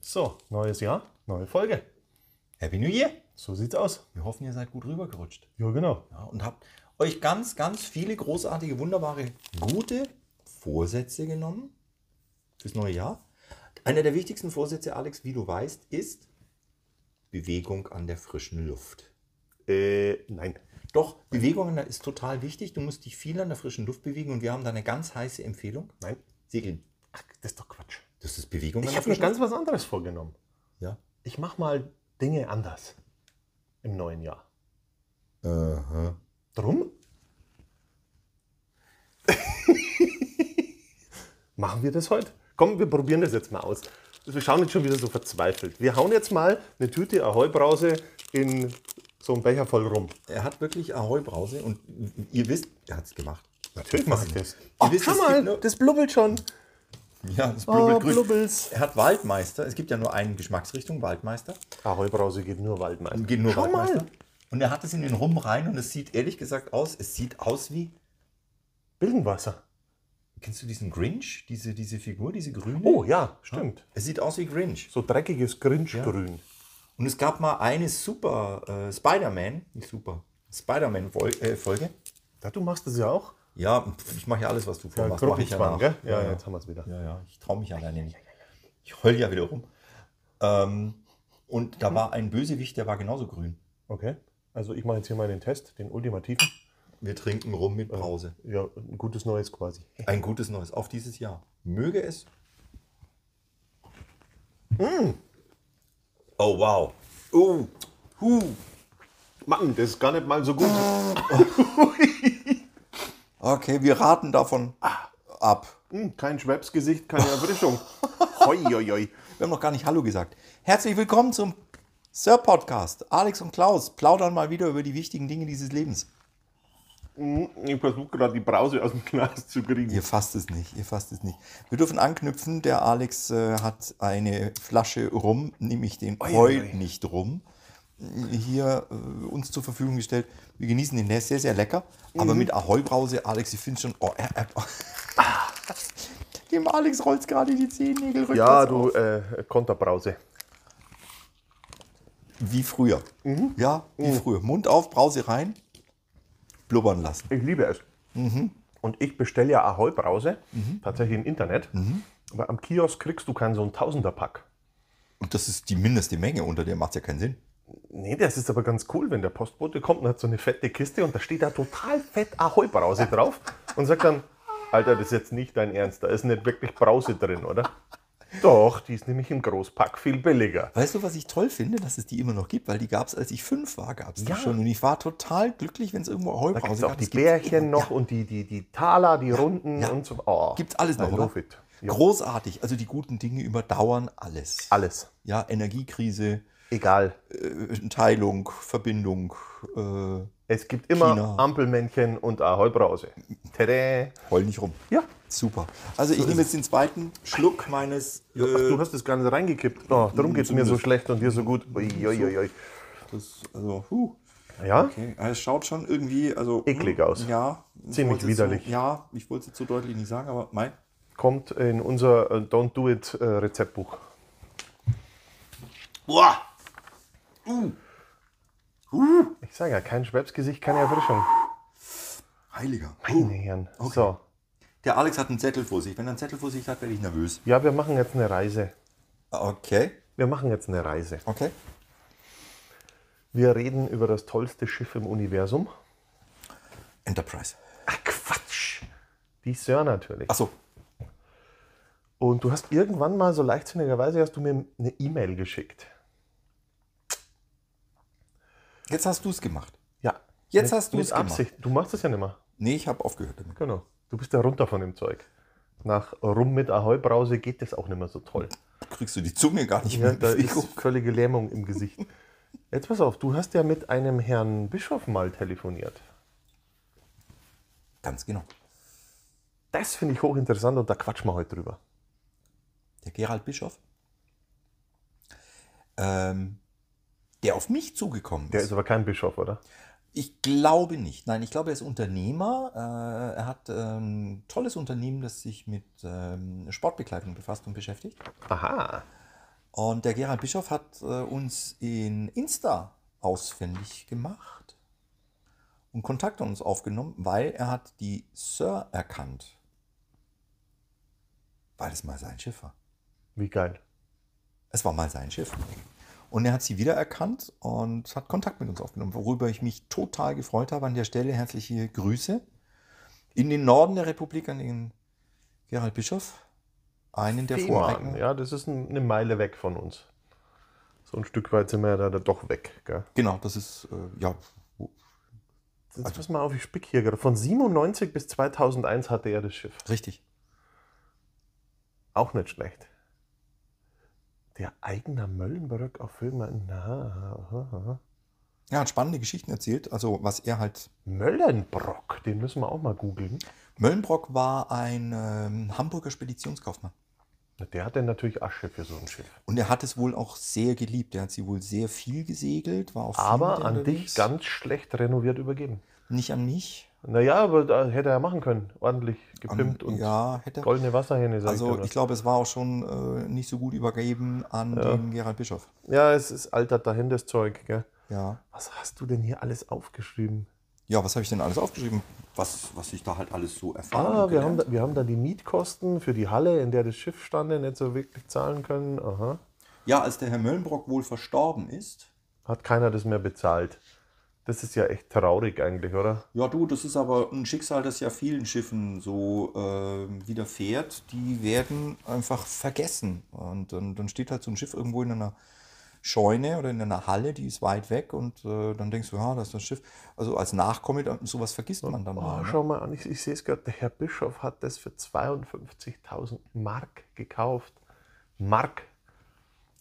So, neues Jahr, neue Folge. Happy New Year! So sieht's aus. Wir hoffen, ihr seid gut rübergerutscht. Ja, genau. Ja, und habt euch ganz, ganz viele großartige, wunderbare, gute Vorsätze genommen fürs neue Jahr. Einer der wichtigsten Vorsätze, Alex, wie du weißt, ist Bewegung an der frischen Luft. Äh, nein. Doch, Bewegung an der- ist total wichtig. Du musst dich viel an der frischen Luft bewegen und wir haben da eine ganz heiße Empfehlung. Nein. Segeln. Ach, das ist doch Quatsch. Das ist Bewegung Ich habe mir ganz was anderes vorgenommen. Ja. Ich mache mal Dinge anders im neuen Jahr. Aha. Drum? machen wir das heute? Komm, wir probieren das jetzt mal aus. Also, Wir schauen jetzt schon wieder so verzweifelt. Wir hauen jetzt mal eine Tüte Ahoi-Brause in so einen Becher voll rum. Er hat wirklich Ahoi-Brause und ihr wisst, er hat es gemacht. Natürlich mache ich das. Ach, Ihr wisst, schau es mal, gibt nur- das blubbelt schon. Ja, das Oh, grün. blubbels. Er hat Waldmeister. Es gibt ja nur eine Geschmacksrichtung, Waldmeister. Ahoi Brause geht nur Waldmeister. Geht nur Schau Waldmeister. mal, Und er hat es in den Rum rein und es sieht ehrlich gesagt aus, es sieht aus wie, Bildenwasser. kennst du diesen Grinch? Diese, diese Figur, diese grüne? Oh ja, stimmt. Es sieht aus wie Grinch. So dreckiges Grinchgrün. Und es gab mal eine super äh, Spider-Man, nicht super, Spider-Man-Folge. Äh, Folge. Ja, du machst das ja auch. ja, pf, ich mache ja alles, was du Ja, vormachst, mache ich ja nach. gell? Ja, ja, jetzt haben wir es wieder. Ja, ja, ich traue mich alleine nicht. Ich heul ja wieder rum. Ähm, und da war ein Bösewicht, der war genauso grün. Okay. Also ich mache jetzt hier mal den Test, den ultimativen. Wir trinken rum mit Brause. Ja, ein gutes Neues quasi. Ein gutes Neues auf dieses Jahr. Möge es. Mmh. Oh, wow. Oh, hu. Mann, das ist gar nicht mal so gut. Okay, wir raten davon ab. Hm, kein Schwebsgesicht, keine Erfrischung. hoi, hoi, hoi. Wir haben noch gar nicht Hallo gesagt. Herzlich willkommen zum Sir Podcast. Alex und Klaus plaudern mal wieder über die wichtigen Dinge dieses Lebens. Hm, Ich versuche gerade die Brause aus dem Glas zu kriegen. Ihr fasst es nicht, ihr fasst es nicht. Wir dürfen anknüpfen, der Alex äh, hat eine Flasche rum, nämlich den Heul nicht rum, hier äh, uns zur Verfügung gestellt. Wir genießen den, der ist sehr, sehr lecker. Mhm. Aber mit Ahoi-Brause, Alex, ich finde schon, oh, er, er, dem Alex rollt gerade die Zehennägel rückwärts Ja, auf. du äh, Konterbrause. Wie früher. Mhm. Ja, wie früher. Mund auf, Brause rein, blubbern lassen. Ich liebe es. Mhm. Und ich bestelle ja Ahoi Brause, tatsächlich im Internet. Aber am Kiosk kriegst du keinen so einen Tausender-Pack. Und das ist die mindeste Menge, unter der macht es ja keinen Sinn. Nee, das ist aber ganz cool, wenn der Postbote kommt und hat so eine fette Kiste und da steht da total fett Ahoi Brause drauf und sagt dann, Alter, das ist jetzt nicht dein Ernst, da ist nicht wirklich Brause drin, oder? Doch, die ist nämlich im Großpack viel billiger. Weißt du, was ich toll finde, dass es die immer noch gibt, weil die gab es, als ich fünf war, gab es Ja. die schon. Und ich war total glücklich, wenn es irgendwo Da gibt Heubrause es auch gab. die Das gibt's Bärchen immer. noch und die, die, die Taler, die Runden ja. und so. Oh, Gibt's alles noch, I oder? love it. Ja, Großartig. Also die guten Dinge überdauern alles. alles. Ja, Energiekrise, Egal. äh, Teilung, Verbindung, äh, Es gibt immer China. Ampelmännchen und Ahoi Brause. Tada. heul nicht rum. Ja. Super. Also ich nehme jetzt den zweiten Schluck meines. äh, Ach, du hast das Ganze reingekippt. Oh, darum geht es mir so zumindest. schlecht und dir so gut. Uiuiui. das, also, huh. Ja? Okay. Also es schaut schon irgendwie, also. Eklig aus. Ja. ich Ziemlich wollte es widerlich. So, ja, ich wollte es zu deutlich nicht sagen, aber mein. Kommt in unser äh, Don't Do It äh, Rezeptbuch. Boah! Uh. Ich sage ja, kein Schwebsgesicht, keine Erfrischung. Heiliger. Meine Herren. So. Der Alex hat einen Zettel vor sich. Wenn er einen Zettel vor sich hat, werde ich nervös. Ja, wir machen jetzt eine Reise. Okay, Wir machen jetzt eine Reise. okay. Wir reden über das tollste Schiff im Universum. Enterprise. Ach, Quatsch! Die Sir natürlich. Achso, Und du hast irgendwann mal so leichtsinnigerweise hast du mir eine E-Mail geschickt. jetzt hast du es gemacht. Ja. Jetzt Mit- hast du mit es gemacht. Absicht. Du machst es ja nicht mehr. Nee, ich habe aufgehört damit. Genau. Du bist ja runter von dem Zeug. Nach Rum mit Ahoi Brause geht das auch nicht mehr so toll. kriegst du die Zunge gar nicht mehr. Ja, in da ist Bewegung. völlige Lähmung im Gesicht. Jetzt pass auf, du hast ja mit einem Herrn Bischof mal telefoniert. Ganz genau. Das finde ich hochinteressant und da quatschen wir heute drüber. Der Gerald Bischof. Ähm, der auf mich zugekommen Der ist aber kein Bischof, oder? Ich glaube nicht. Nein, ich glaube, er ist Unternehmer. Äh, Er hat ähm, ein tolles Unternehmen, das sich mit ähm, Sportbekleidung befasst und beschäftigt. Aha. Und der Gerald Bischof hat äh, uns in Insta ausfindig gemacht und Kontakt an uns aufgenommen, weil er hat die Sir erkannt. Weil es mal sein Schiff war. Wie geil. Es war mal sein Schiff. Und er hat sie wiedererkannt und hat Kontakt mit uns aufgenommen, worüber ich mich total gefreut habe. An der Stelle herzliche Grüße in den Norden der Republik an den Gerald Bischof, einen der Voreigner. Fehmarn, ja, das ist ein- eine Meile weg von uns. So ein Stück weit sind wir ja da, da doch weg. Gell? Genau, das ist, äh, ja, wo- Jetzt pass mal auf, ich spick hier gerade. Von 97 bis 2001 hatte er das Schiff. richtig. Auch nicht schlecht. Der eigener Möllenbrück auf Filme. Na, aha, aha. Er hat spannende Geschichten erzählt. Also, was er halt. Möllenbrock, den müssen wir auch mal googeln. Möllenbrock war ein ähm, Hamburger Speditionskaufmann. Na, Der hat ja natürlich Asche für so ein Schiff. Und er hat es wohl auch sehr geliebt. Er hat sie wohl sehr viel gesegelt, war auch viel mit Aber ihr an dich unterwegs. ganz schlecht renoviert übergeben. Nicht an mich. Naja, aber da hätte er machen können. Ordentlich An- gepimpt und ja, hätte er. goldene Wasserhähne. sag dir Also was. ich glaube, es war auch schon äh, nicht so gut übergeben an den Gerald Bischof. ja, es ist altert dahin das Zeug. Gell? Ja. Was hast du denn hier alles aufgeschrieben? Ja, was habe ich denn alles aufgeschrieben? Was, was ich da halt alles so erfahren Ah, und wir haben, gelernt da, wir haben dann die Mietkosten für die Halle, in der das Schiff stand, nicht so wirklich zahlen können. Aha. Ja, als der Herr Möllenbrock wohl verstorben ist. Hat keiner das mehr bezahlt. Das ist ja echt traurig eigentlich, oder? Ja, du, das ist aber ein Schicksal, das ja vielen Schiffen so ähm, widerfährt. Die werden einfach vergessen. Und, dann- dann steht halt so ein Schiff irgendwo in einer Scheune oder in einer Halle, die ist weit weg. Und äh, dann denkst du, ja, das ist das Schiff. Also als Nachkomme, dann- sowas vergisst man dann mal. Oh, ne? schau mal an, ich, ich sehe es gerade, der Herr Bischof hat das für 52.000 Mark gekauft. Mark.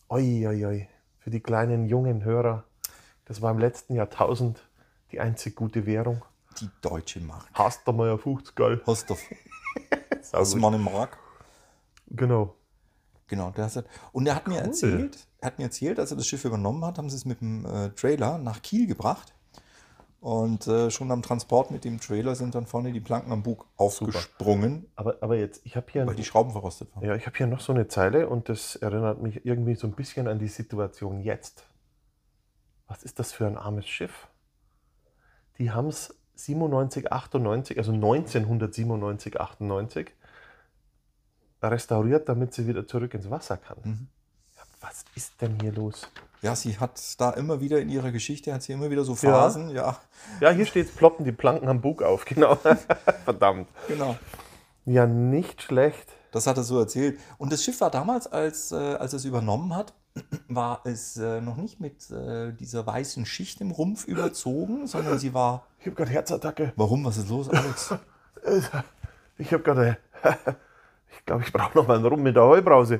Oi, oi, oi. Für die kleinen jungen Hörer. Das war im letzten Jahrtausend die einzig gute Währung. Die deutsche Mark. Hast du mal ja 50, gell? Hast du Sau aus gut. Mann im Mark? Genau. Genau, der hat, und er hat mir erzählt, er hat mir erzählt, als er das Schiff übernommen hat, haben sie es mit dem äh, Trailer nach Kiel gebracht. Und äh, schon am Transport mit dem Trailer sind dann vorne die Planken am Bug aufgesprungen, Aber, aber jetzt, ich habe hier weil die Schrauben verrostet waren. Ja, ich habe hier noch so eine Zeile und das erinnert mich irgendwie so ein bisschen an die Situation jetzt. Was ist das für ein armes Schiff? Die haben es 97, 98, also 1997, 98 restauriert, damit sie wieder zurück ins Wasser kann. Mhm. Ja, was ist denn hier los? Ja, sie hat da immer wieder in ihrer Geschichte, hat sie immer wieder so Ja. Phasen, ja, Ja, hier steht, ploppen die Planken am Bug auf, genau. Verdammt. genau. Ja, nicht schlecht. Das hat er so erzählt. Und das Schiff war damals, als, äh, als er es übernommen hat, war es äh, noch nicht mit äh, dieser weißen Schicht im Rumpf überzogen, sondern sie war. Ich habe gerade Herzattacke. Warum? Was ist los, Alex? Ich habe gerade. Ich glaube, ich brauche noch mal einen Rum mit der Heubrause.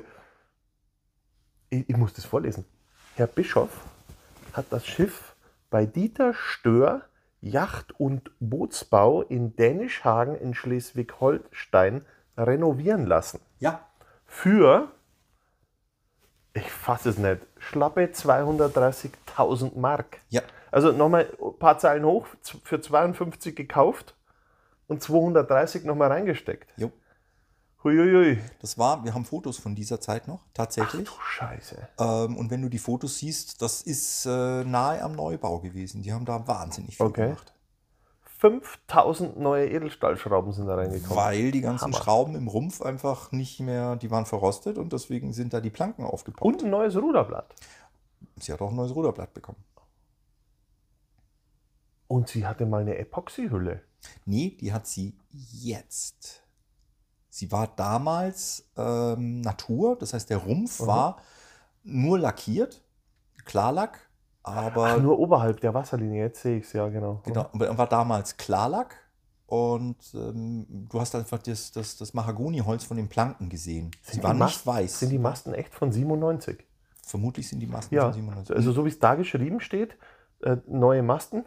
Ich, ich muss das vorlesen. Herr Bischof hat das Schiff bei Dieter Stör Yacht- und Bootsbau in Dänischhagen in Schleswig-Holstein renovieren lassen. Ja, Für, ich fasse es nicht, schlappe 230.000 Mark. ja. Also nochmal ein paar Zeilen hoch, z- für 52 gekauft und 230 nochmal reingesteckt. Jo. Huiuiui. Das war, wir haben Fotos von dieser Zeit noch, tatsächlich. Du Scheiße. Ähm, und wenn du die Fotos siehst, das ist äh, nahe am Neubau gewesen. Die haben da wahnsinnig viel Okay. gemacht. 5000 neue Edelstahlschrauben sind da reingekommen. Weil die ganzen Hammer. Schrauben im Rumpf einfach nicht mehr, die waren verrostet und deswegen sind da die Planken aufgepumpt. Und ein neues Ruderblatt. Sie hat auch ein neues Ruderblatt bekommen. Und sie hatte mal eine Epoxyhülle. Nee, die hat sie jetzt. Sie war damals ähm, Natur, das heißt, der Rumpf Mhm. war nur lackiert, Klarlack, aber Ach, nur oberhalb der Wasserlinie, jetzt sehe ich es, ja genau. Genau, und war damals Klarlack Und ähm, du hast einfach das, das, das Mahagoniholz von den Planken gesehen. Sie waren nicht Masten- weiß. Sind die Masten echt von 97? Vermutlich sind die Masken Ja, von 97. also so wie es da geschrieben steht, äh, neue Masten,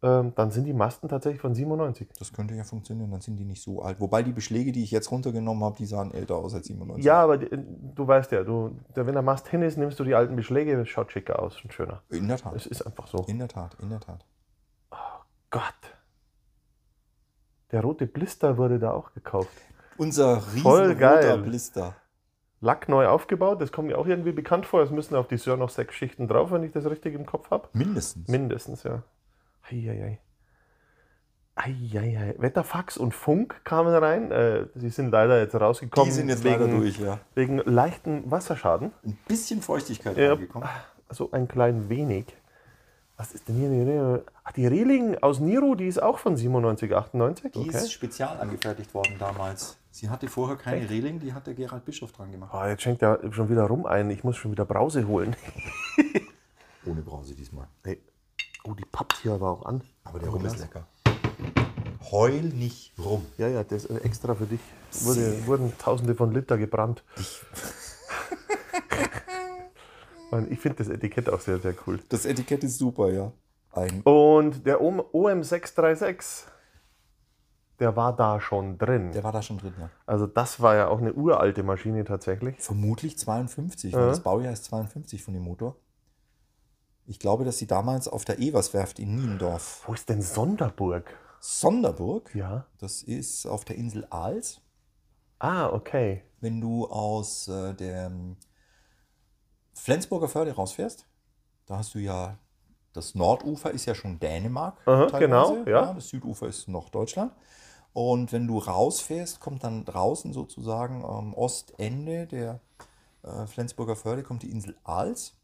ähm, dann sind die Masten tatsächlich von 97. Mhm. das könnte ja funktionieren, dann sind die nicht so alt. Wobei die Beschläge, die ich jetzt runtergenommen habe, die sahen älter aus als 97. Ja, aber die, du weißt ja, du, der, wenn der Mast hin ist, nimmst du die alten Beschläge, das schaut schicker aus und schöner. In der Tat. Es ist einfach so. In der Tat, in der Tat. Gott. Der rote Blister wurde da auch gekauft. Unser riesen Voll roter geil. Blister. Lack neu aufgebaut, das kommt mir auch irgendwie bekannt vor. Es müssen auf die Sör noch sechs Schichten drauf, wenn ich das richtig im Kopf habe. Mindestens. Mindestens, ja. Eieiei. Eieiei. Wetterfax und Funk kamen rein. Äh, sie sind leider jetzt rausgekommen. die sind jetzt wegen, leider durch, ja. Wegen leichten Wasserschaden. Ein bisschen Feuchtigkeit Ja. reingekommen. Also ein klein wenig. Was ist denn hier? Ach, die Reling aus Niro, die ist auch von 97, 98. Die ist spezial angefertigt worden damals. Sie hatte vorher keine Reling, die hat der Gerald Bischof dran gemacht. Ah, jetzt schenkt er schon wieder rum ein. Ich muss schon wieder Brause holen. Ohne Brause diesmal. Oh, die pappt hier aber auch an. Aber der Rum ist lecker. Heul nicht rum. Ja, ja, das ist extra für dich. Wurde, wurden tausende von Liter gebrannt. Mann, ich finde das Etikett auch sehr, sehr cool. Das Etikett ist super, ja. Ein Und der OM OM636, der war da schon drin. Der war da schon drin, ja. Also das war ja auch eine uralte Maschine tatsächlich. Vermutlich 52, weil das Baujahr ist 52 von dem Motor. Ich glaube, dass sie damals auf der Everswerft in Niendorf, Wo ist denn Sonderburg? Sonderburg, Ja. das ist auf der Insel Aals, Ah, okay. wenn du aus äh, der ähm, Flensburger Förde rausfährst, da hast du ja, das Nordufer ist ja schon Dänemark. Aha, teilweise, genau, ja. Das Südufer ist noch Deutschland. Und wenn du rausfährst, kommt dann draußen sozusagen am Ostende der äh, Flensburger Förde kommt die Insel Aals.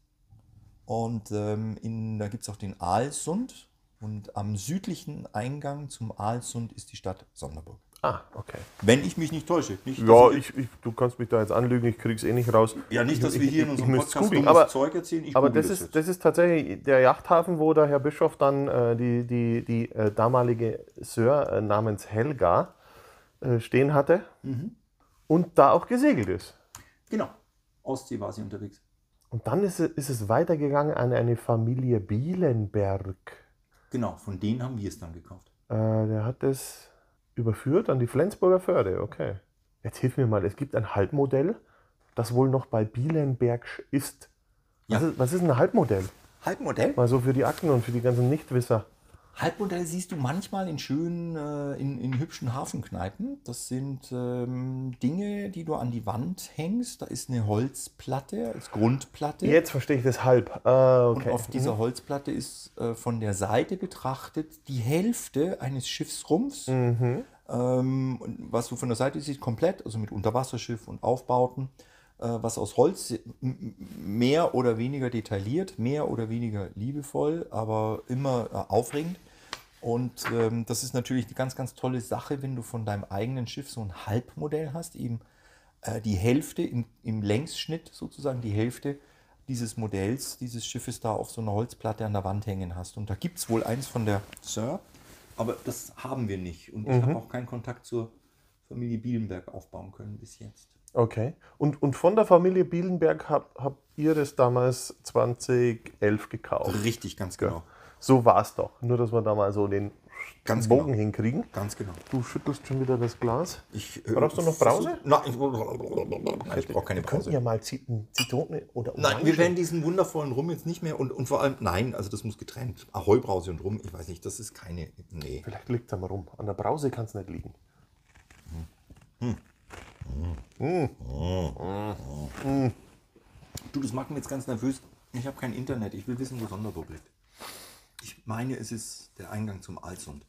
Und ähm, in, da gibt es auch den Aalsund. Und am südlichen Eingang zum Aalsund ist die Stadt Sonderburg. Ah, okay. Wenn ich mich nicht täusche. Nicht, dass Ja, ich- ich, ich, du kannst mich da jetzt anlügen, ich krieg's eh nicht raus. Ja, nicht, dass Ich- wir hier in ich- ich unserem müsste es Podcast googeln, dummes aber- Zeug erzählen. Ich Aber google das ist, jetzt. das ist tatsächlich der Yachthafen, wo der Herr Bischof dann äh, die, die, die äh, damalige Sir äh, namens Helga äh, stehen hatte und da auch gesegelt ist. Mhm. Genau. Ostsee war sie unterwegs. Und dann ist, es- ist es weitergegangen an eine Familie Bielenberg. Genau, von denen haben wir es dann gekauft. Äh, der hat es überführt an die Flensburger Förde, okay. Jetzt hilf mir mal, es gibt ein Halbmodell, das wohl noch bei Bielenberg sch- ist. Was, Ja. ist, was ist ein Halbmodell? Halbmodell? Mal so für die Akten und für die ganzen Nichtwisser. Halbmodell siehst du manchmal in schönen, äh, in, in hübschen Hafenkneipen. Das sind ähm, Dinge, die du an die Wand hängst. Da ist eine Holzplatte als Grundplatte. Jetzt verstehe ich das halb. Ah, okay. Und auf dieser Holzplatte ist äh, von der Seite betrachtet die Hälfte eines Schiffsrumpfs. Ähm, und was du von der Seite siehst, komplett, also mit Unterwasserschiff und Aufbauten, äh, was aus Holz m- m- mehr oder weniger detailliert, mehr oder weniger liebevoll, aber immer äh, aufregend. Und ähm, das ist natürlich eine ganz, ganz tolle Sache, wenn du von deinem eigenen Schiff so ein Halbmodell hast, eben äh, die Hälfte im, im Längsschnitt sozusagen, die Hälfte dieses Modells, dieses Schiffes da auf so einer Holzplatte an der Wand hängen hast. Und da gibt es wohl eins von der Sir, aber das haben wir nicht. Und ich habe auch keinen Kontakt zur Familie Bielenberg aufbauen können bis jetzt. Okay. Und, und von der Familie Bielenberg habt hab ihr das damals 2011 gekauft. Richtig, ganz genau. So war es doch. Nur, dass wir da mal so den Ganz Bogen genau. hinkriegen. Ganz genau. Du schüttelst schon wieder das Glas. Ich, äh, Brauchst du noch Brause? Nein, ich, Nein, ich brauche keine Wir könnten Brause. ja mal Zit- Zitrone oder Nein, Orangen- wir werden diesen wundervollen Rum jetzt nicht mehr und, und vor allem, nein, also das muss getrennt. Ahoi Brause und Rum, ich weiß nicht, das ist keine, nee. Vielleicht liegt es mal rum. An der Brause kann es nicht liegen. Du, das macht mich jetzt ganz nervös. Ich habe kein Internet. Ich will wissen, wo Sonderburg liegt. Ich meine, es ist der Eingang zum Alsund.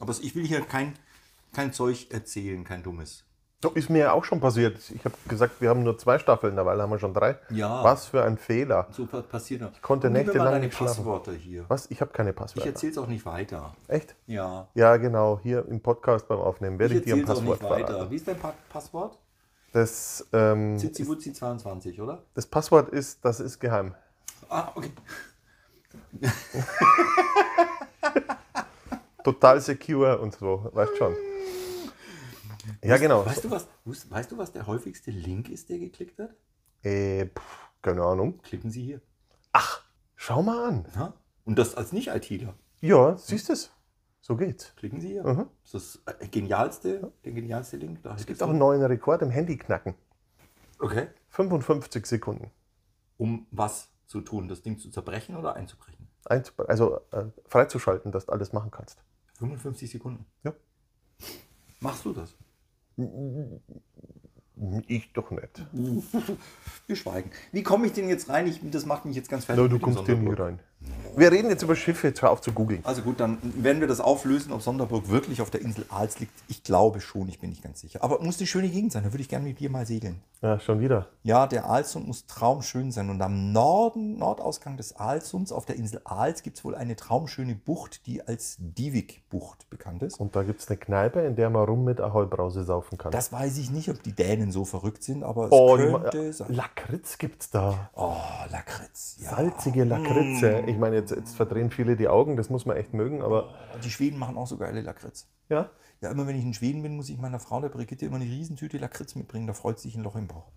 Aber ich will hier kein, kein Zeug erzählen, kein dummes. So ist mir ja auch schon passiert. Ich habe gesagt, wir haben nur zwei Staffeln, dabei haben wir schon drei. Ja. Was für ein Fehler. So pa- passiert das. Ich konnte nächtelang deine nicht schlafen. Passwörter hier. Was? Ich habe keine Ich Passwörter. erzähl's auch nicht weiter. Echt? Ja. Ja, genau. Hier im Podcast beim Aufnehmen werde ich, dir ein erzähl's Passwort verraten. Wie ist dein pa Passwort? Das, ähm, Ziziwutzi22, oder? das Passwort ist, das ist geheim. Ah, okay. total secure und so, weißt schon. Ja, genau. Weißt du, was, weißt- weißt du, was der häufigste Link ist, der geklickt wird? Äh, pff, keine Ahnung. Klicken Sie hier. Schau mal an. Ja? Und das als Nicht-ITler. Ja, siehst es. So geht's. Klicken Sie hier. Mhm. Das ist das genialste, der genialste Link. Da Es gibt auch einen neuen Rekord im Handy knacken. Okay. 55 Sekunden. Um was zu tun? Das Ding zu zerbrechen oder einzubrechen? Einzubr- Also äh, freizuschalten, dass du alles machen kannst. 55 Sekunden. Ja. Machst du das? Ich doch nicht. Wir schweigen. Wie komme ich denn jetzt rein? Ich, das macht mich jetzt ganz fertig. Na, mit du dem kommst hier nie Sonderburg. rein. Wir reden jetzt über Schiffe, jetzt hör auf zu googeln. Also gut, dann. Dann werden wir das auflösen, ob Sonderburg wirklich auf der Insel Aals liegt. Ich glaube schon, ich bin nicht ganz sicher. Aber muss eine schöne Gegend sein, da würde ich gerne mit dir mal segeln. Ja, schon wieder. Ja, der Aalsund muss traumschön sein. Und am Norden, Nordausgang des Aalsunds auf der Insel Aals gibt es wohl eine traumschöne Bucht, die als Divik-Bucht bekannt ist. Und da gibt es eine Kneipe, in der man rum mit Ahoi-Brause saufen kann. Das weiß ich nicht, ob die Dänen so verrückt sind, aber es oh, die ma- könnte sein. Lakritz gibt's da. Oh, Lakritz. Ja. Salzige Lakritze. Ich meine, jetzt, jetzt verdrehen viele die Augen, das muss man echt mögen, aber Die Schweden machen auch so geile Lakritz. ja. Ja, immer wenn ich in Schweden bin, muss ich meiner Frau, der Brigitte, immer eine Riesentüte Lakritz mitbringen. Da freut sie sich ein Loch im Bauch.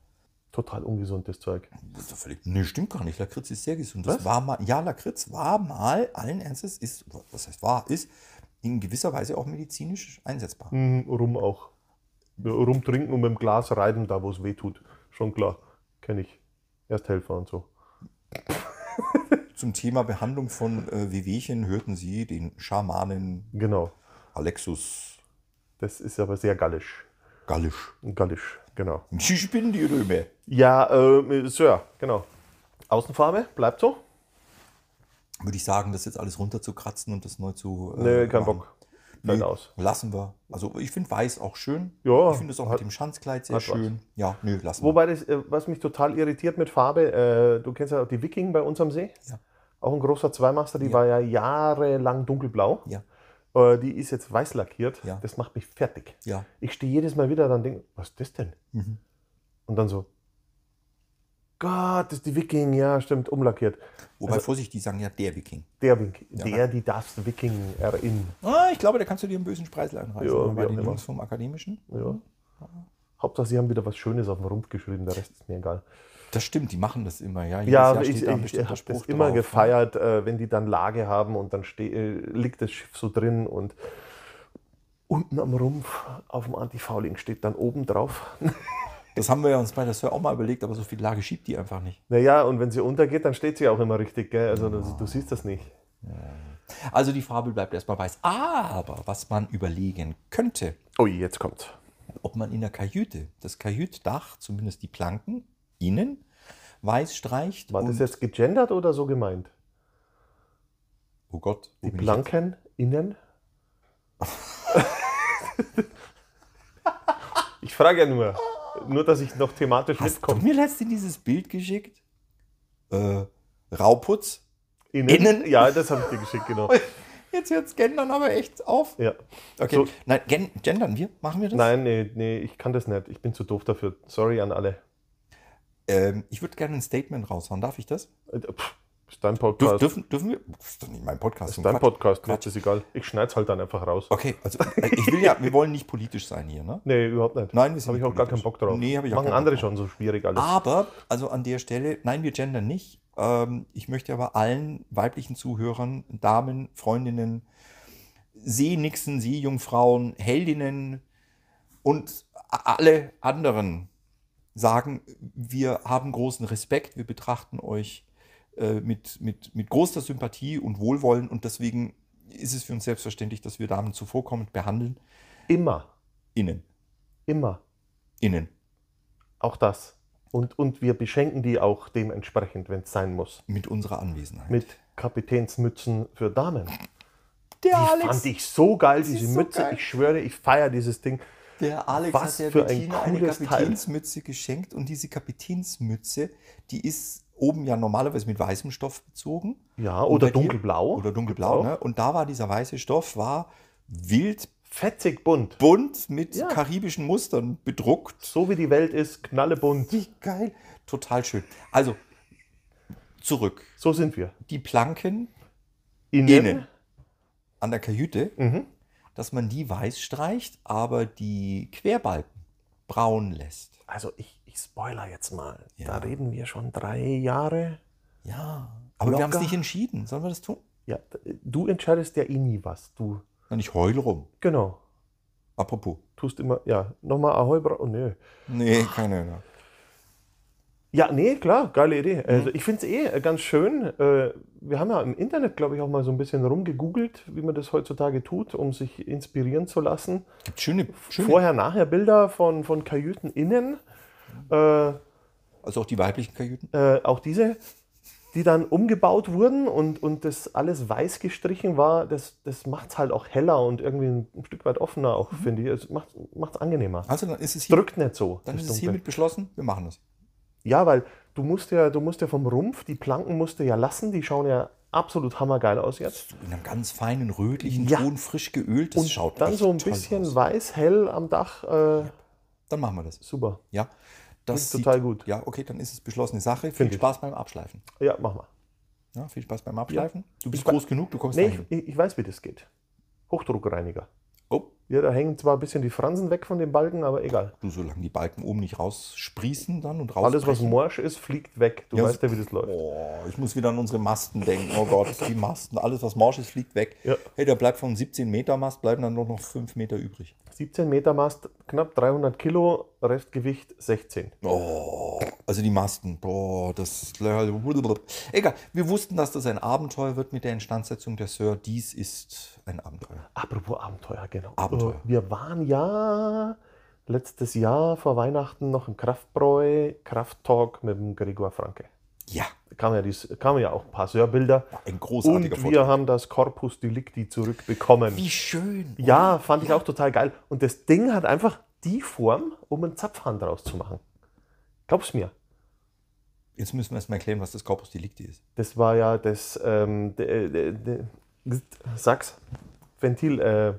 Total ungesundes Zeug. Das ist doch völlig. Nee, stimmt gar nicht. Lakritz ist sehr gesund. Das war mal, ja, Lakritz war mal, allen Ernstes, ist, was heißt war, ist in gewisser Weise auch medizinisch einsetzbar. Hm, rum auch. Rum trinken und mit dem Glas reiben, da wo es weh tut. Schon klar. Kenne ich. Ersthelfer und so. Zum Thema Behandlung von äh, Wehwehchen hörten Sie den Schamanen Genau. Alexus Das ist aber sehr gallisch. Gallisch. Gallisch, genau. Ich bin die Römer. Ja, äh, Sir, genau. Außenfarbe, bleibt so? Würde ich sagen, das jetzt alles runterzukratzen und das neu zu. äh, Nö, kein machen. Bock. Fällt Nö, aus. Lassen wir. Also ich finde weiß auch schön. Ja, Ich finde es auch hat- mit dem Schanzkleid sehr hat was. schön. Ja, nö, lassen wir. Wobei, das, äh, was mich total irritiert mit Farbe, äh, du kennst ja auch die Viking bei uns am See. Ja. Auch ein großer Zweimaster, die war ja jahrelang dunkelblau. Ja, Äh, die ist jetzt weiß lackiert. Ja. Das macht mich fertig. ja. Ich stehe jedes Mal wieder dann denke, was ist das denn? Mhm. Und dann so, Gott, das ist die Viking, ja, stimmt, umlackiert. Wobei, Also- Vorsicht, die sagen ja der Viking. Der Wink, ne? der, die das Viking erin. Ah, ich glaube, da kannst du dir einen bösen Spreisel einreißen. Ja, aber wie bei auch den immer. Jungs vom Akademischen. Ja. Hauptsache, sie haben wieder was Schönes auf den Rumpf geschrieben, der Rest ist mir egal. Das stimmt, die machen das immer. Ja, Jedes Ja, Jahr ich, steht da ein ich, ich bestimmter habe das Spruch immer drauf. gefeiert, äh, wenn die dann Lage haben und dann ste- äh, liegt das Schiff so drin und unten am Rumpf auf dem Antifouling steht dann oben drauf. Das haben wir ja uns bei der Sir auch mal überlegt, aber so viel Lage schiebt die einfach nicht. Naja, und wenn sie untergeht, dann steht sie auch immer richtig, gell? Also das, du siehst das nicht. Also die Fabel bleibt erstmal weiß. Aber was man überlegen könnte, Ui, jetzt kommt. ob man in der Kajüte das Kajütdach, zumindest die Planken, innen weiß streicht. War das und- jetzt gegendert oder so gemeint? oh Gott, wo Die bin ich jetzt? Planken innen? ich frage ja nur. Nur, dass ich noch thematisch Hast du mitkomme. mir letztens dieses Bild geschickt? Äh, Rauputz? Innen? Innen? Ja, das habe ich dir geschickt, genau. Jetzt hört gendern aber echt auf. Ja. Okay, So. nein, gen gendern wir? Machen wir das? Nein, nee, nee, ich kann das nicht. Ich bin zu doof dafür. Sorry an alle. Ähm, ich würde gerne ein Statement raushauen. Darf ich das? Äh, pff, Ist dein Dürf, Podcast. dürfen, dürfen wir? Das ist doch nicht mein Podcast. Ist so ein dein Quatsch. Podcast. Mir Quatsch. ist das egal. Ich schneide es halt dann einfach raus. Okay, also äh, ich will ja, wir wollen nicht politisch sein hier, ne? Nee, überhaupt nicht. Nein, wir sind Habe ich nicht auch gar politisch. keinen Bock drauf. Nee, hab ich auch Machen keinen andere Bock drauf. schon so schwierig alles. Aber, also an der Stelle, nein, wir gendern nicht. Ähm, ich möchte aber allen weiblichen Zuhörern, Damen, Freundinnen, Seenixen, Seejungfrauen, Heldinnen und a- alle anderen sagen, wir haben großen Respekt, wir betrachten euch äh, mit, mit, mit großer Sympathie und Wohlwollen und deswegen ist es für uns selbstverständlich, dass wir Damen zuvorkommend behandeln. Immer. Innen. Immer. Innen. Auch das. Und, und wir beschenken die auch dementsprechend, wenn es sein muss. Mit unserer Anwesenheit. Mit Kapitänsmützen für Damen. der die fand ich so geil, sie diese ist so Mütze. geil. Ich schwöre, ich feiere dieses Ding. Der Alex Was hat der für ein Bettina eine cooles Teil. Kapitänsmütze geschenkt und diese Kapitänsmütze, die ist oben ja normalerweise mit weißem Stoff bezogen Ja, Und oder bei dir? dunkelblau. oder Gibt's dunkelblau. auch. Ne? Und da war dieser weiße Stoff, war wild Fetzig bunt. bunt mit Ja. karibischen Mustern bedruckt. So wie die Welt ist, knallebunt. Wie geil. Total schön. Also, zurück. So sind wir. Die Planken Innen. innen. an der Kajüte, Mhm. dass man die weiß streicht, aber die Querbalken braun lässt. Also ich, ich spoiler jetzt mal. Ja. Da reden wir schon drei Jahre. Ja. Aber wir haben es Locker. nicht entschieden. Sollen wir das tun? Ja, d- du entscheidest ja eh nie was. Du, Na, ich heul rum. genau, Apropos. tust immer, ja, nochmal Ahoi, Bra oh, nö. Nee, Ah. keine Ahnung. Ja, nee, klar, geile Mhm. Idee. Also ich finde es eh äh, ganz schön. äh, Wir haben ja im Internet, glaube ich, auch mal so ein bisschen rumgegoogelt, wie man das heutzutage tut, um sich inspirieren zu lassen. Gibt schöne, schöne Vorher-Nachher-Bilder von, von Kajüten innen. Äh, also auch die weiblichen Kajüten. äh, auch diese, die dann umgebaut wurden und, und das alles weiß gestrichen war, das, das macht es halt auch heller und irgendwie ein Stück weit offener Mhm. auch, finde ich. Es macht es angenehmer. Also dann ist es hier, Drückt nicht so. dann ist das es Dunkle. hiermit beschlossen, wir machen es. Ja, weil du musst ja, du musst ja vom Rumpf, die Planken musst du ja lassen, die schauen ja absolut hammergeil aus jetzt. In einem ganz feinen, rötlichen Ja. Ton, frisch geölt. Das und schaut dann echt so ein toll bisschen aus. weiß, hell am Dach. Äh, Dann machen wir das. Super. Ja. Das Klingt total gut. Ja, okay, dann ist es beschlossene Sache. Viel Finde ich. Spaß beim Abschleifen. Ja, mach mal. Ja, viel Spaß beim Abschleifen. Du bist Ich wa- groß genug, du kommst Nee, dahin. ich, ich- ich weiß, wie das geht. Hochdruckreiniger. Oh, Ja, da hängen zwar ein bisschen die Fransen weg von den Balken, aber egal. du, solange die Balken oben nicht raussprießen dann und raus. Alles, was morsch ist, fliegt weg. Du Ja, weißt so- ja, wie das läuft. Oh, ich muss wieder an unsere Masten denken. Oh Gott, die Masten, alles was morsch ist, fliegt weg. Ja. Hey, da bleibt vom 17-Meter-Mast, bleiben dann nur noch 5 Meter übrig. 17 Meter Mast, knapp 300 Kilo, Restgewicht 16. Oh, also die Masten. Boah, das. also, Egal, wir wussten, dass das ein Abenteuer wird mit der Instandsetzung der Sir. Dies ist ein Abenteuer. Apropos Abenteuer, genau. Abenteuer. Äh, Wir waren ja letztes Jahr vor Weihnachten noch im Kraftbräu, Krafttalk mit dem Gregor Franke. Ja, Da kamen ja, dies, kamen ja auch ein paar Sörbilder. ein Und großartiger wir Vortrag. haben das Corpus Delicti zurückbekommen. Wie schön. Ja, fand ich auch total geil. Und das Ding hat einfach die Form, um einen Zapfhahn draus zu machen. Glaub's mir. Jetzt müssen wir erst mal erklären, was das Corpus Delicti ist. Das war ja das ähm, de, de, de, Sachs Ventil, äh,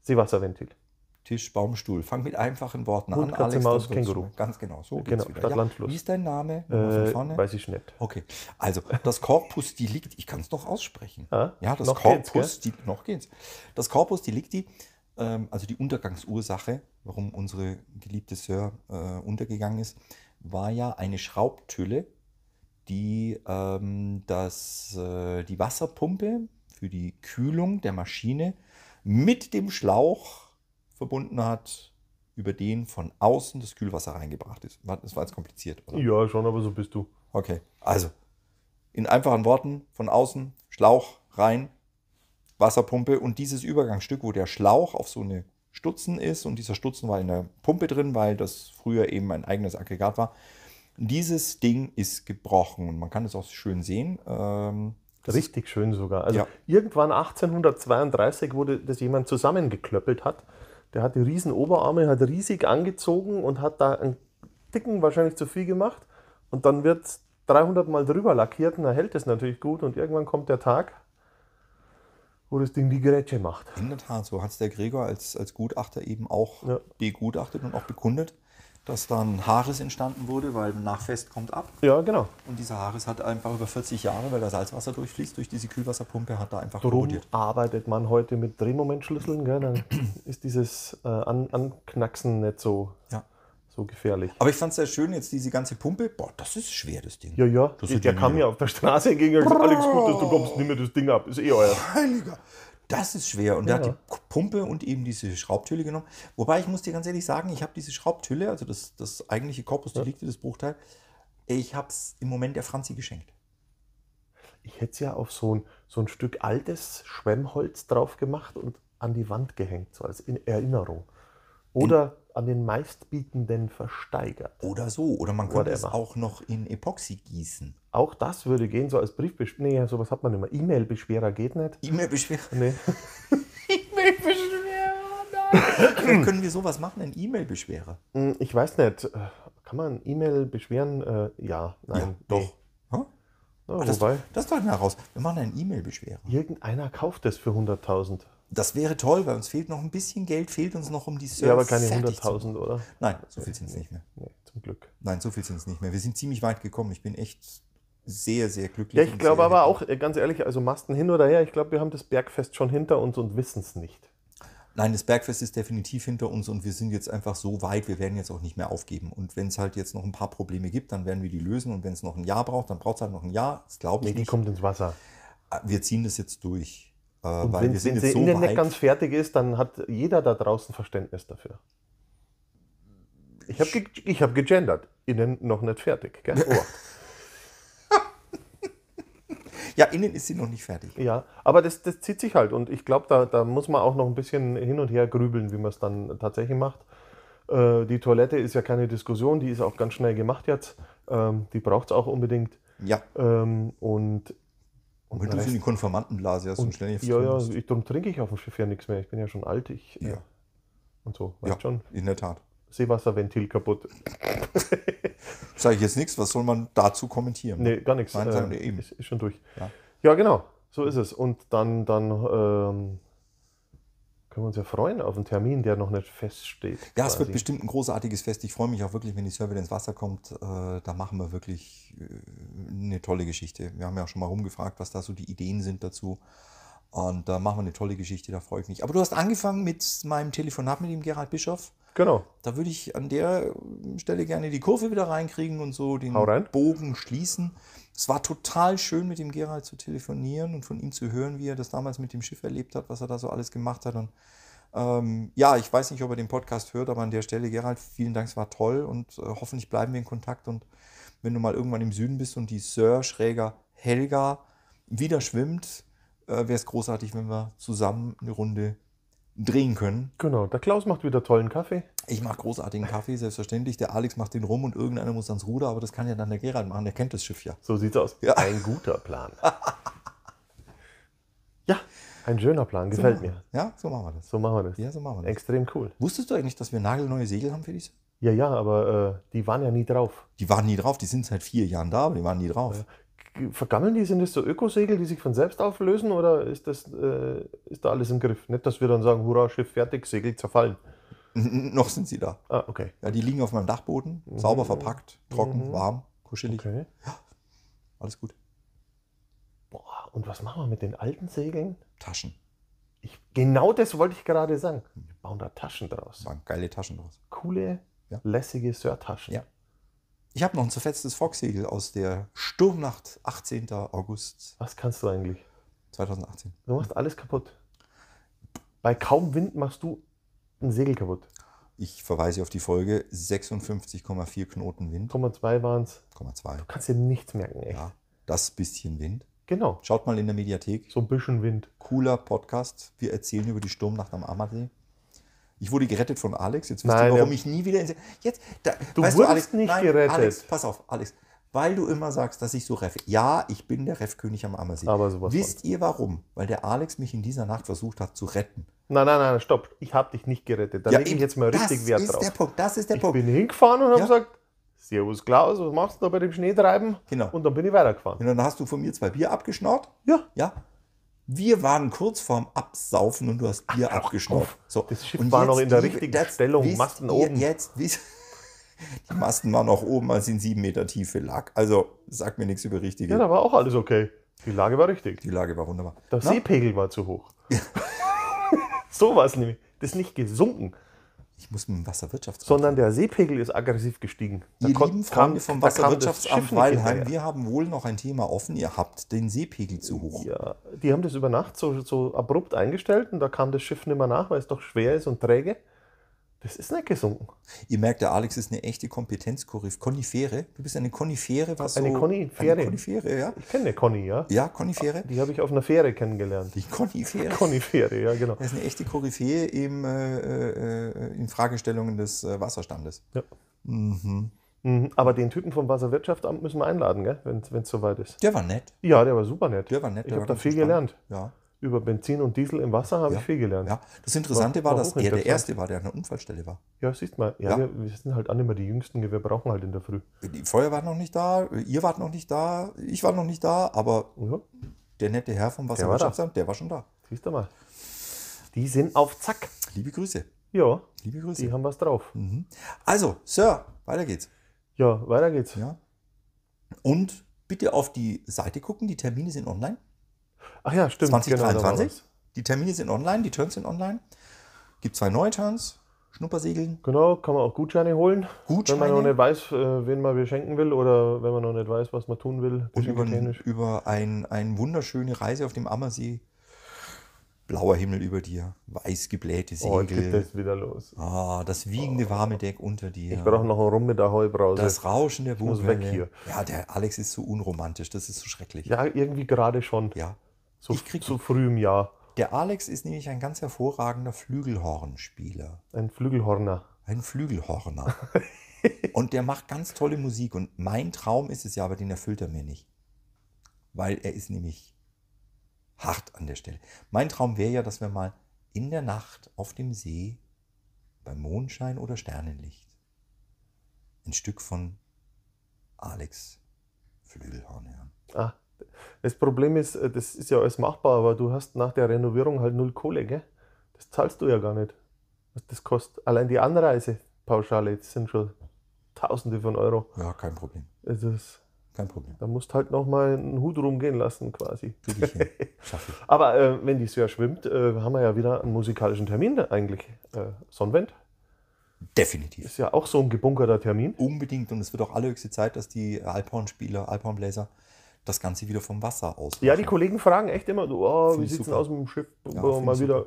Seewasserventil. Tisch, Baum, Stuhl. Fang mit einfachen Worten Hund, an. Katze, Alex, Maus, dann wird's Känguru. schon. Ganz genau. So Genau, geht's wieder. Stadt, Land, Fluss. Wie ist dein Name? Äh, Nochmal von vorne? weiß ich nicht. Okay, also das Corpus Delicti, ich kann es noch aussprechen. Ja, das noch geht's, Corpus, die, noch geht's. Das Corpus Delicti, ähm, also die Untergangsursache, warum unsere geliebte Sir äh, untergegangen ist, war ja eine Schraubtülle, die ähm, das, äh, die Wasserpumpe für die Kühlung der Maschine mit dem Schlauch verbunden hat, über den von außen das Kühlwasser reingebracht ist. War- Das war jetzt kompliziert, oder? Ja, schon, aber so bist du. Okay, also in einfachen Worten, von außen, Schlauch rein, Wasserpumpe und dieses Übergangsstück, wo der Schlauch auf so eine Stutzen ist und dieser Stutzen war in der Pumpe drin, weil das früher eben ein eigenes Aggregat war. Dieses Ding ist gebrochen und man kann es auch schön sehen. Ähm, das ist- Richtig schön sogar. Also Ja. irgendwann 1832 wurde das jemand zusammengeklöppelt hat. Der hatte riesen Oberarme, hat riesig angezogen und hat da einen dicken wahrscheinlich zu viel gemacht. Und dann wird 300 Mal drüber lackiert und dann hält es natürlich gut. Und irgendwann kommt der Tag, wo das Ding die Grätsche macht. In der Tat, so hat es der Gregor als, als Gutachter eben auch Ja. begutachtet und auch bekundet, dass dann Haares entstanden wurde, weil nach Fest kommt ab. Ja, genau. Und dieser Haares hat einfach über 40 Jahre, weil da Salzwasser durchfließt, durch diese Kühlwasserpumpe hat da einfach Drum korrodiert. arbeitet man heute mit Drehmomentschlüsseln. Gell? Dann ist dieses äh, An Anknacksen nicht so, Ja. so gefährlich. Aber ich fand es sehr schön, jetzt diese ganze Pumpe. Boah, das ist schwer, das Ding. Ja, ja, Das der, hat der die kam nie- ja auf der Straße entgegen und hat gesagt, Alex, gut, dass du kommst, nimm mir das Ding ab, ist eh euer. Heiliger. Das ist schwer. Und der hat Ja. die Pumpe und eben diese Schraubtülle genommen. Wobei, ich muss dir ganz ehrlich sagen, ich habe diese Schraubtülle, also das, das eigentliche Korpus Delicti, das Bruchteil, ich habe es im Moment der Franzi geschenkt. Ich hätte es ja auf so ein, so ein Stück altes Schwemmholz drauf gemacht und an die Wand gehängt, so als in Erinnerung. Oder an den meistbietenden versteigert. Oder so. Oder man könnte es Whatever. auch noch in Epoxy gießen. Auch das würde gehen, so als Briefbeschwerer. Nee, sowas hat man immer. E-Mail-Beschwerer geht nicht. E-Mail-Beschwer. Nee. Vielleicht können wir sowas machen, einen E-Mail-Beschwerer. Hm, Ich weiß nicht, äh, kann man E-Mail beschweren? Äh, Ja, nein. doch. Hä? Nee. Ah, Ja, das, wobei, das war heraus. Wir machen einen E-Mail-Beschwerer. irgendeiner kauft das für 100.000. Das wäre toll, weil uns fehlt noch ein bisschen Geld, fehlt uns noch um die Server. Ja, aber keine fertig zu machen. 100.000, oder? Nein, so viel sind es nicht mehr. Nee, zum Glück. Nein, so viel sind es nicht mehr. Wir sind ziemlich weit gekommen. Ich bin echt sehr, sehr glücklich. Ja, ich und glaube sehr aber happy. auch, äh, ganz ehrlich, also Masten hin oder her, ich glaube, wir haben das Bergfest schon hinter uns und wissen es nicht. Nein, das Bergfest ist definitiv hinter uns und wir sind jetzt einfach so weit, wir werden jetzt auch nicht mehr aufgeben. Und wenn es halt jetzt noch ein paar Probleme gibt, dann werden wir die lösen. Und wenn es noch ein Jahr braucht, dann braucht es halt noch ein Jahr. Das glaube ich Die nicht. Ah, kommt ins Wasser. Wir ziehen das jetzt durch. Äh, Und weil wenn, wir sind wenn jetzt sie so innen nicht weit. ganz fertig ist, dann hat jeder da draußen Verständnis dafür. Ich habe ge ich hab gegendert. Innen noch nicht fertig. Gell? Oh. ja, innen ist sie noch nicht fertig. Ja, aber das, das zieht sich halt. Und ich glaube, da, da muss man auch noch ein bisschen hin und her grübeln, wie man es dann tatsächlich macht. Äh, die Toilette ist ja keine Diskussion, die ist auch ganz schnell gemacht jetzt. Ähm, die braucht es auch unbedingt. Ja, Ähm, und und weil den du so in Rest- die Konformantenblase hast und, schnell jetzt ja, drin ja, bist. ich, darum trinke ich auf dem Schiff ja nichts mehr. Ich bin ja schon alt. Ich, äh, Ja. Und so, weißt ja, schon. in der Tat. Seewasserventil kaputt. Sage ich jetzt nichts, was soll man dazu kommentieren? Nee, gar nichts. Nein, sagen wir Äh, eben. ist, ist schon durch. Ja. Ja. genau. So ist es. Und dann, dann ähm, können wir uns ja freuen auf einen Termin, der noch nicht feststeht. Ja, es wird quasi. bestimmt ein großartiges Fest. Ich freue mich auch wirklich, wenn die Server ins Wasser kommt. Äh, da machen wir wirklich äh, eine tolle Geschichte. Wir haben ja auch schon mal rumgefragt, was da so die Ideen sind dazu. Und da machen wir eine tolle Geschichte, da freue ich mich. Aber du hast angefangen mit meinem Telefonat mit dem Gerhard Bischof. Genau. Da würde ich an der äh, Stelle gerne die Kurve wieder reinkriegen und so den Hau rein. Bogen schließen. Es war total schön, mit dem Gerald zu telefonieren und von ihm zu hören, wie er das damals mit dem Schiff erlebt hat, was er da so alles gemacht hat. Und ähm, ja, ich weiß nicht, ob er den Podcast hört, aber an der Stelle, Gerald, vielen Dank, es war toll und äh, hoffentlich bleiben wir in Kontakt. Und wenn du mal irgendwann im Süden bist und die Sir Schräger Helga wieder schwimmt, äh, wäre es großartig, wenn wir zusammen eine Runde drehen können. Genau. Der Klaus macht wieder tollen Kaffee. Ich mache großartigen Kaffee, selbstverständlich. Der Alex macht den rum und irgendeiner muss ans Ruder, aber das kann ja dann der Gerald machen, der kennt das Schiff ja. So sieht's aus. Ja. Ein guter Plan. ja, ein schöner Plan. Gefällt mir. Ja, so machen wir das. So machen wir das. Ja, so machen wir das. Extrem cool. Wusstest du eigentlich, dass wir nagelneue Segel haben für diese? Ja, ja, aber äh, die waren ja nie drauf. Die waren nie drauf, die sind seit vier Jahren da, aber die waren nie drauf. Vergammeln die? Sind das so Ökosegel, die sich von selbst auflösen oder ist, das, äh, ist da alles im Griff? Nicht, dass wir dann sagen, hurra, Schiff fertig, Segel zerfallen. Noch sind sie da. Ah, okay. Ja, die liegen auf meinem Dachboden, sauber verpackt, trocken, warm, kuschelig, okay. alles gut. Boah, und was machen wir mit den alten Segeln? Taschen, Ich, genau das wollte ich gerade sagen. Wir bauen da Taschen draus. das waren geile Taschen draus. Coole, Ja. lässige Sörtaschen. Ja. Ich habe noch ein zerfetztes Focksegel aus der Sturmnacht, 18. August Was kannst du eigentlich? 2018. Du machst alles kaputt. Bei kaum Wind machst du ein Segel kaputt. Ich verweise auf die Folge 56,4 Knoten Wind, 0,2 waren es. 0,2. Du kannst dir nichts merken, echt. Ja, das bisschen Wind. Genau. Schaut mal in der Mediathek. So ein bisschen Wind. Cooler Podcast. Wir erzählen über die Sturmnacht am Ammersee. Ich wurde gerettet von Alex. Jetzt wisst Nein, ihr, warum ja. ich nie wieder in Jetzt, da, Du weißt wurdest Alex, nicht gerettet. Alex, pass auf, Alex. Weil du immer sagst, dass ich so Ref. Ja, ich bin der Refkönig am Ammersee. Aber sowas Wisst ihr warum? Weil der Alex mich in dieser Nacht versucht hat zu retten. Nein, nein, nein, stopp. Ich habe dich nicht gerettet. Da leg ich eben, jetzt mal richtig das Wert ist drauf. Der Punkt, das ist der ich Punkt. bin hingefahren und habe Ja. gesagt, Servus Klaus, was machst du da bei dem Schneetreiben? Genau. Und dann bin ich weitergefahren. Und dann hast du von mir zwei Bier abgeschnorrt. Ja. Ja. Wir waren kurz vorm Absaufen und du hast Bier abgeschnorrt. So. Das Schiff war noch in der liebe- richtigen das Stellung, wisst Masten ihr oben. Jetzt, wisst- die Masten waren noch oben, als sie in sieben Meter Tiefe lag. Also sag mir nichts über richtige. Ja, da war auch alles okay. Die Lage war richtig. Die Lage war wunderbar. Der Na, Seepegel war zu hoch. so war es nämlich. Das ist nicht gesunken, ich muss mit dem Wasserwirtschaftsamt. sondern der Seepegel ist aggressiv gestiegen. Da Ihr kon- lieben Freunde kam- vom da kam das Schiff Wasserwirtschaftsamt nicht Weilheim, hinterher. wir haben wohl noch ein Thema offen. Ihr habt den Seepegel zu hoch. Ja, die haben das über Nacht so, so abrupt eingestellt und da kam das Schiff nicht mehr nach, weil es doch schwer ist und träge. Das ist nicht gesunken. Ihr merkt, der Alex ist eine echte Kompetenzkorif. Konifere. Du bist eine Konifere, was Eine so. Konifere. Eine Konifere, ja. Ich kenne eine Conny, ja. Ja, Konifere. Die habe ich auf einer Fähre kennengelernt. Die Konifere. Conny-Fähre, ja, genau. Er ist eine echte Koryphäe im, äh, äh, äh, in Fragestellungen des äh, Wasserstandes. Ja. Mhm. Mhm, Aber den Typen vom Wasserwirtschaftsamt müssen wir einladen, gell, wenn es soweit ist. Der war nett. Ja, der war super nett. Der war nett. ich der habe war da ganz viel entspannt. gelernt. Ja, Über Benzin und Diesel im Wasser habe ich viel gelernt. ja. Das Interessante war, War- war dass er der hochinteressant. Erste war, der an der Unfallstelle war. Ja, siehst mal. Ja, Ja. Wir, wir sind halt auch nicht mehr die Jüngsten, gell, wir brauchen halt in der Früh. Die Feuer war noch nicht da, ihr wart noch nicht da, ich war noch nicht da, aber Ja, der nette Herr vom war da. Wasserwirtschaftsamt, der war schon da. siehst du mal. Die sind auf Zack. Liebe Grüße. Ja, Liebe die Grüße. haben was drauf. Mhm. Also, Sir, weiter geht's. Ja, weiter geht's. Ja. Und bitte auf die Seite gucken. Die Termine sind online. Ach ja, stimmt. genau, da war 2023. was. die Termine sind online, die Turns sind online. Gibt zwei neue Turns, Schnuppersegeln, Genau, kann man auch Gutscheine holen. Wenn man noch Gutscheine nicht weiß, äh, wen man beschenken will oder wenn man noch nicht weiß, was man tun will, und über, beschenketechnisch. über ein, eine wunderschöne Reise auf dem Ammersee. Blauer Himmel über dir, weiß geblähte Oh, jetzt geht Segel, das wieder los. ah, das wiegende warme Deck unter dir. Ich brauche noch einen Rum mit der Heubrause. das Rauschen der muss Bugwelle. weg hier. Ja, der Alex ist so unromantisch, das ist so schrecklich. ja, irgendwie gerade schon. ja. So, ich krieg- so früh im Jahr. Der Alex ist nämlich ein ganz hervorragender Flügelhornspieler. Ein Flügelhorner. Ein Flügelhorner. und der macht ganz tolle Musik. Und mein Traum ist es ja, aber den erfüllt er mir nicht. Weil er ist nämlich hart an der Stelle. Mein Traum wäre ja, dass wir mal in der Nacht auf dem See bei Mondschein oder Sternenlicht ein Stück von Alex Flügelhorn hören. Ah, das Problem ist, äh, das ist ja alles machbar, aber du hast nach der Renovierung halt null Kohle, gell? Das zahlst du ja gar nicht, was das kostet. Allein die Anreisepauschale, das sind schon Tausende von Euro. Ja, kein Problem. Also das, Kein Problem. da musst halt nochmal einen Hut rumgehen lassen, quasi. Krieg ich hin. Schaff ich. Aber äh, wenn die Sir schwimmt, äh, haben wir ja wieder einen musikalischen Termin eigentlich. Äh, Sonnenwend Definitiv. ist ja auch so ein gebunkerter Termin. Unbedingt. Und es wird auch allerhöchste Zeit, dass die Alphornspieler, Alphornbläser das Ganze wieder vom Wasser aus. Ja, die Kollegen fragen echt immer, du, oh, Find wie ich sieht's denn super. aus mit dem Schiff? Ja, Oh, find mal ich wieder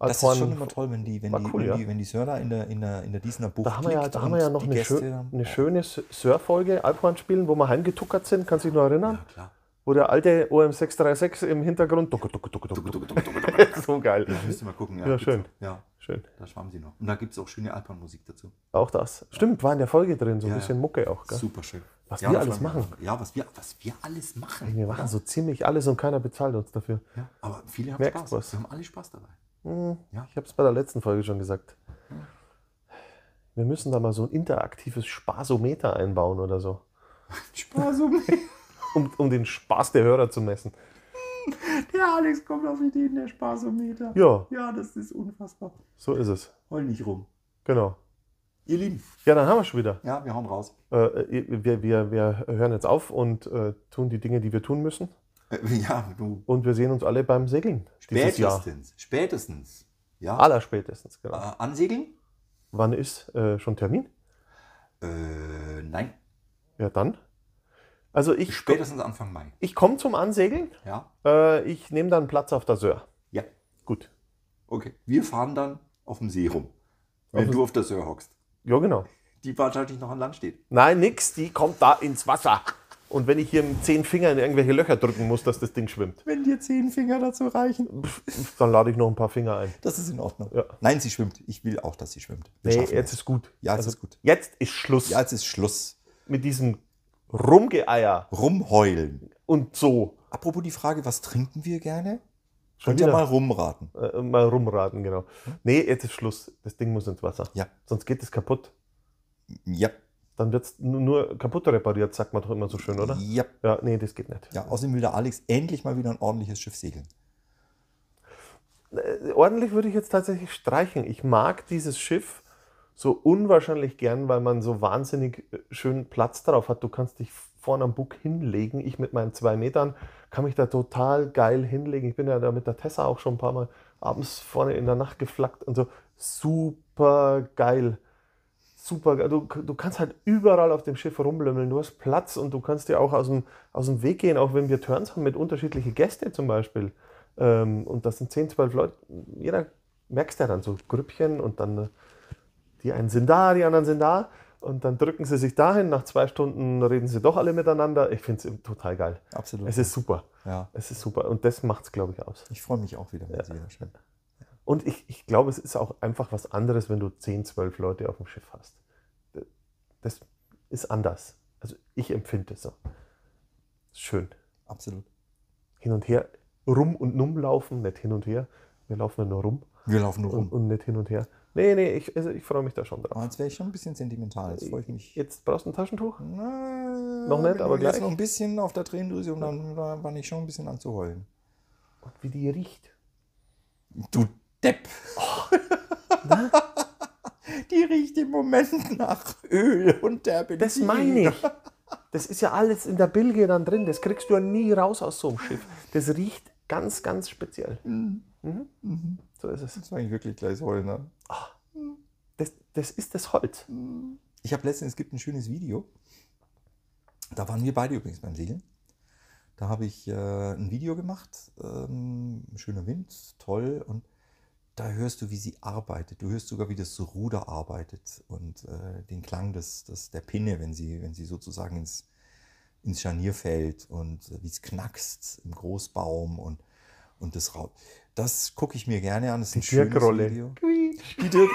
Das ist schon immer toll, wenn die, wenn War die, cool, wenn ja. die, wenn die Sörler in der, in der, in der Diesener Bucht Da haben wir ja, liegt da haben wir und ja noch die eine, schö Gäste dann- eine schöne S- Surf-Folge, Alphorn spielen, wo wir heimgetuckert sind, kannst du dich noch erinnern? Ja, klar. Wo der alte OM636 im Hintergrund ducke, ducke, ducke, ducke, Duck, ducke. duck, duck, duck, duck. So geil. Ja, müsst ihr mal gucken. Ja, gibt's schön. auch. Ja, Schön. da schwamm sie noch. Und da gibt es auch schöne Alpenmusik dazu. Auch das. Stimmt, war in der Folge drin, so ein Ja, ja. bisschen Mucke auch, gell? Super schön. Was Ja, wir da alles schwamm ich machen. noch. Ja, was wir, was wir alles machen. Wir machen so ziemlich alles und keiner bezahlt uns dafür. Ja, aber viele haben Merkst Spaß. was. Wir haben alle Spaß dabei. Hm, Ja. Ich habe es bei der letzten Folge schon gesagt. Wir müssen da mal so ein interaktives Spaßometer einbauen oder so. Spaß um Um, um den Spaß der Hörer zu messen. Der Alex kommt auf Ideen, der Spaßometer. Ja, Ja, das ist unfassbar. so ist es. Heul nicht rum. Genau. Ihr Lieben, Ja, dann haben wir schon wieder. ja, wir hauen raus. äh, wir, wir, wir hören jetzt auf und äh, tun die Dinge, die wir tun müssen. Äh, ja, du. Und Und wir sehen uns alle beim Segeln dieses Jahr. spätestens. Spätestens. Ja. Allerspätestens, Äh, genau. ansegeln? Wann ist äh, schon Termin? Äh, nein. Ja, dann. Also ich, Spätestens Anfang Mai. ich komme zum Ansegeln. Ja. Äh, ich nehme dann Platz auf der Söhr. Ja. Gut. Okay. Wir fahren dann auf dem See rum. Auf Wenn dem- du auf der Söhr hockst. Ja, genau. Die wahrscheinlich noch an Land steht. Nein, nix, die kommt da ins Wasser. Und wenn ich hier mit zehn Fingern in irgendwelche Löcher drücken muss, dass das Ding schwimmt, Wenn dir zehn Finger dazu reichen. dann lade ich noch ein paar Finger ein. Das ist in Ordnung. Ja. Nein, sie schwimmt. Ich will auch, dass sie schwimmt. Wir Nee, schaffen jetzt das. ist also gut. Ja, jetzt ist gut. Jetzt ist Schluss Ja, jetzt ist Schluss. mit diesem Rumgeeier Rumheulen. und so. Apropos die Frage, was trinken wir gerne? Schon Könnt ihr wieder. mal rumraten. Äh, mal rumraten, genau. Nee, jetzt ist Schluss. Das Ding muss ins Wasser. Ja. Sonst geht es kaputt. Ja. Dann wird es nur kaputt repariert, sagt man doch immer so schön, oder? Ja. Ja, nee, das geht nicht. Ja, außerdem will der Alex endlich mal wieder ein ordentliches Schiff segeln. Äh, ordentlich würde ich jetzt tatsächlich streichen. Ich mag dieses Schiff so unwahrscheinlich gern, weil man so wahnsinnig äh, schön Platz drauf hat. Du kannst dich vorne am Bug hinlegen. Ich mit meinen zwei Metern kann mich da total geil hinlegen. Ich bin ja da mit der Tessa auch schon ein paar Mal abends vorne in der Nacht geflackt und so. Super geil. Super geil. Du, du kannst halt überall auf dem Schiff rumlümmeln. Du hast Platz und du kannst dir auch aus dem, aus dem Weg gehen, auch wenn wir Turns haben mit unterschiedlichen Gästen zum Beispiel. Ähm, und das sind 10, 12 Leute. Jeder merkst ja dann so Grüppchen und dann äh, die einen sind da, die anderen sind da. Und dann drücken sie sich dahin. Nach zwei Stunden reden sie doch alle miteinander. Ich finde es total geil. Absolut. Es ist super. ja. Es ist super. Und das macht es, glaube ich, aus. Ich freue mich auch wieder, wenn sie wieder schwimmt. Und ich, ich glaube, es ist auch einfach was anderes, wenn du 10, 12 Leute auf dem Schiff hast. D- Das ist anders. Also ich empfinde es so. Schön. Absolut. Hin und her, rum und numm laufen, nicht hin und her. Wir laufen ja nur rum Wir laufen nur und, rum. und nicht hin und her. Nee, nee, ich, also ich freue mich da schon drauf. Aber jetzt wäre ich schon ein bisschen sentimental. Jetzt freue ich mich. Äh, Jetzt brauchst du ein Taschentuch? Na, Noch nicht, aber wenn du jetzt gleich. noch ein bisschen auf der Tränendrüse und dann da war ich schon ein bisschen anzuheulen. Und wie die riecht. Du Depp! Die riecht im Moment nach Öl und der Benzin. Das meine ich. Das ist ja alles in der Bilge dann drin. Das kriegst du ja nie raus aus so einem Schiff. Das riecht ganz, ganz speziell. Mhm. So ist es. Das war eigentlich wirklich gleich Holz. Ne? Das, das ist das Holz. Ich habe letztens, es gibt ein schönes Video. Da waren wir beide übrigens beim Segeln. Da habe ich äh, ein Video gemacht. Ähm, schöner Wind, toll. Und da hörst du, wie sie arbeitet. Du hörst sogar, wie das Ruder arbeitet und äh, den Klang des, des, der Pinne, wenn sie, wenn sie sozusagen ins, ins Scharnier fällt und äh, wie es knackst im Großbaum und, und das Raub. Das gucke ich mir gerne an. Das ist ein schönes Dirkrolle. Video. Die, Dirk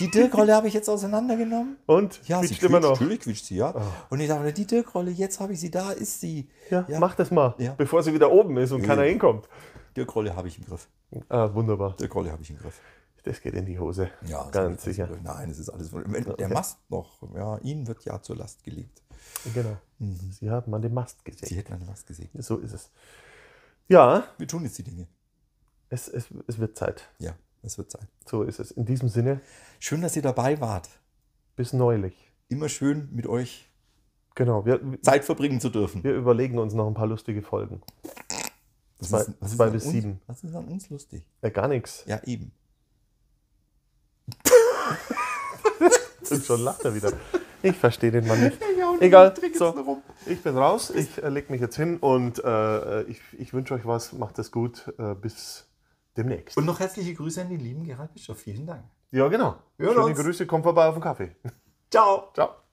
die Dirkrolle habe ich jetzt auseinandergenommen. Und? Ja, Quietscht sie immer quietscht, noch. natürlich quietscht sie, ja. Und ich dachte, die Dirkrolle, jetzt habe ich sie, da ist sie. Ja, Ja. mach das mal, Ja. bevor sie wieder oben ist und Ja. keiner hinkommt. Dirkrolle habe ich im Griff. Ah, wunderbar. Dirkrolle habe ich im Griff. Das geht in die Hose. Ja, das ganz ist alles sicher. blöd. Nein, es ist alles. blöd. Wenn, Der Mast noch, ja, ihnen wird ja zur Last gelegt. Mhm. Genau. Sie hat mal den Mast Sie gesehen. hätten eine Mast gesägt. So ist es. Ja, Wir tun jetzt die Dinge. es, es, es wird Zeit. Ja, es wird Zeit. So ist es. In diesem Sinne, Schön, dass ihr dabei wart. bis neulich. Immer schön mit euch Genau, wir, Zeit verbringen zu dürfen. wir überlegen uns noch ein paar lustige Folgen. Was zwei- was zwei an bis uns, sieben. Was ist an uns lustig? Äh, gar nichts. Ja, eben. Und schon lacht er wieder. Ich verstehe den Mann nicht. Egal. So, ich bin raus. Ich äh, leg mich jetzt hin und äh, ich, ich wünsche euch was. Macht es gut. Äh, bis demnächst. noch herzliche Grüße an den lieben Gerald Bischof. Vielen Dank. ja, genau. Hören Schöne uns. Grüße. Kommt vorbei auf den Kaffee. Ciao. Ciao.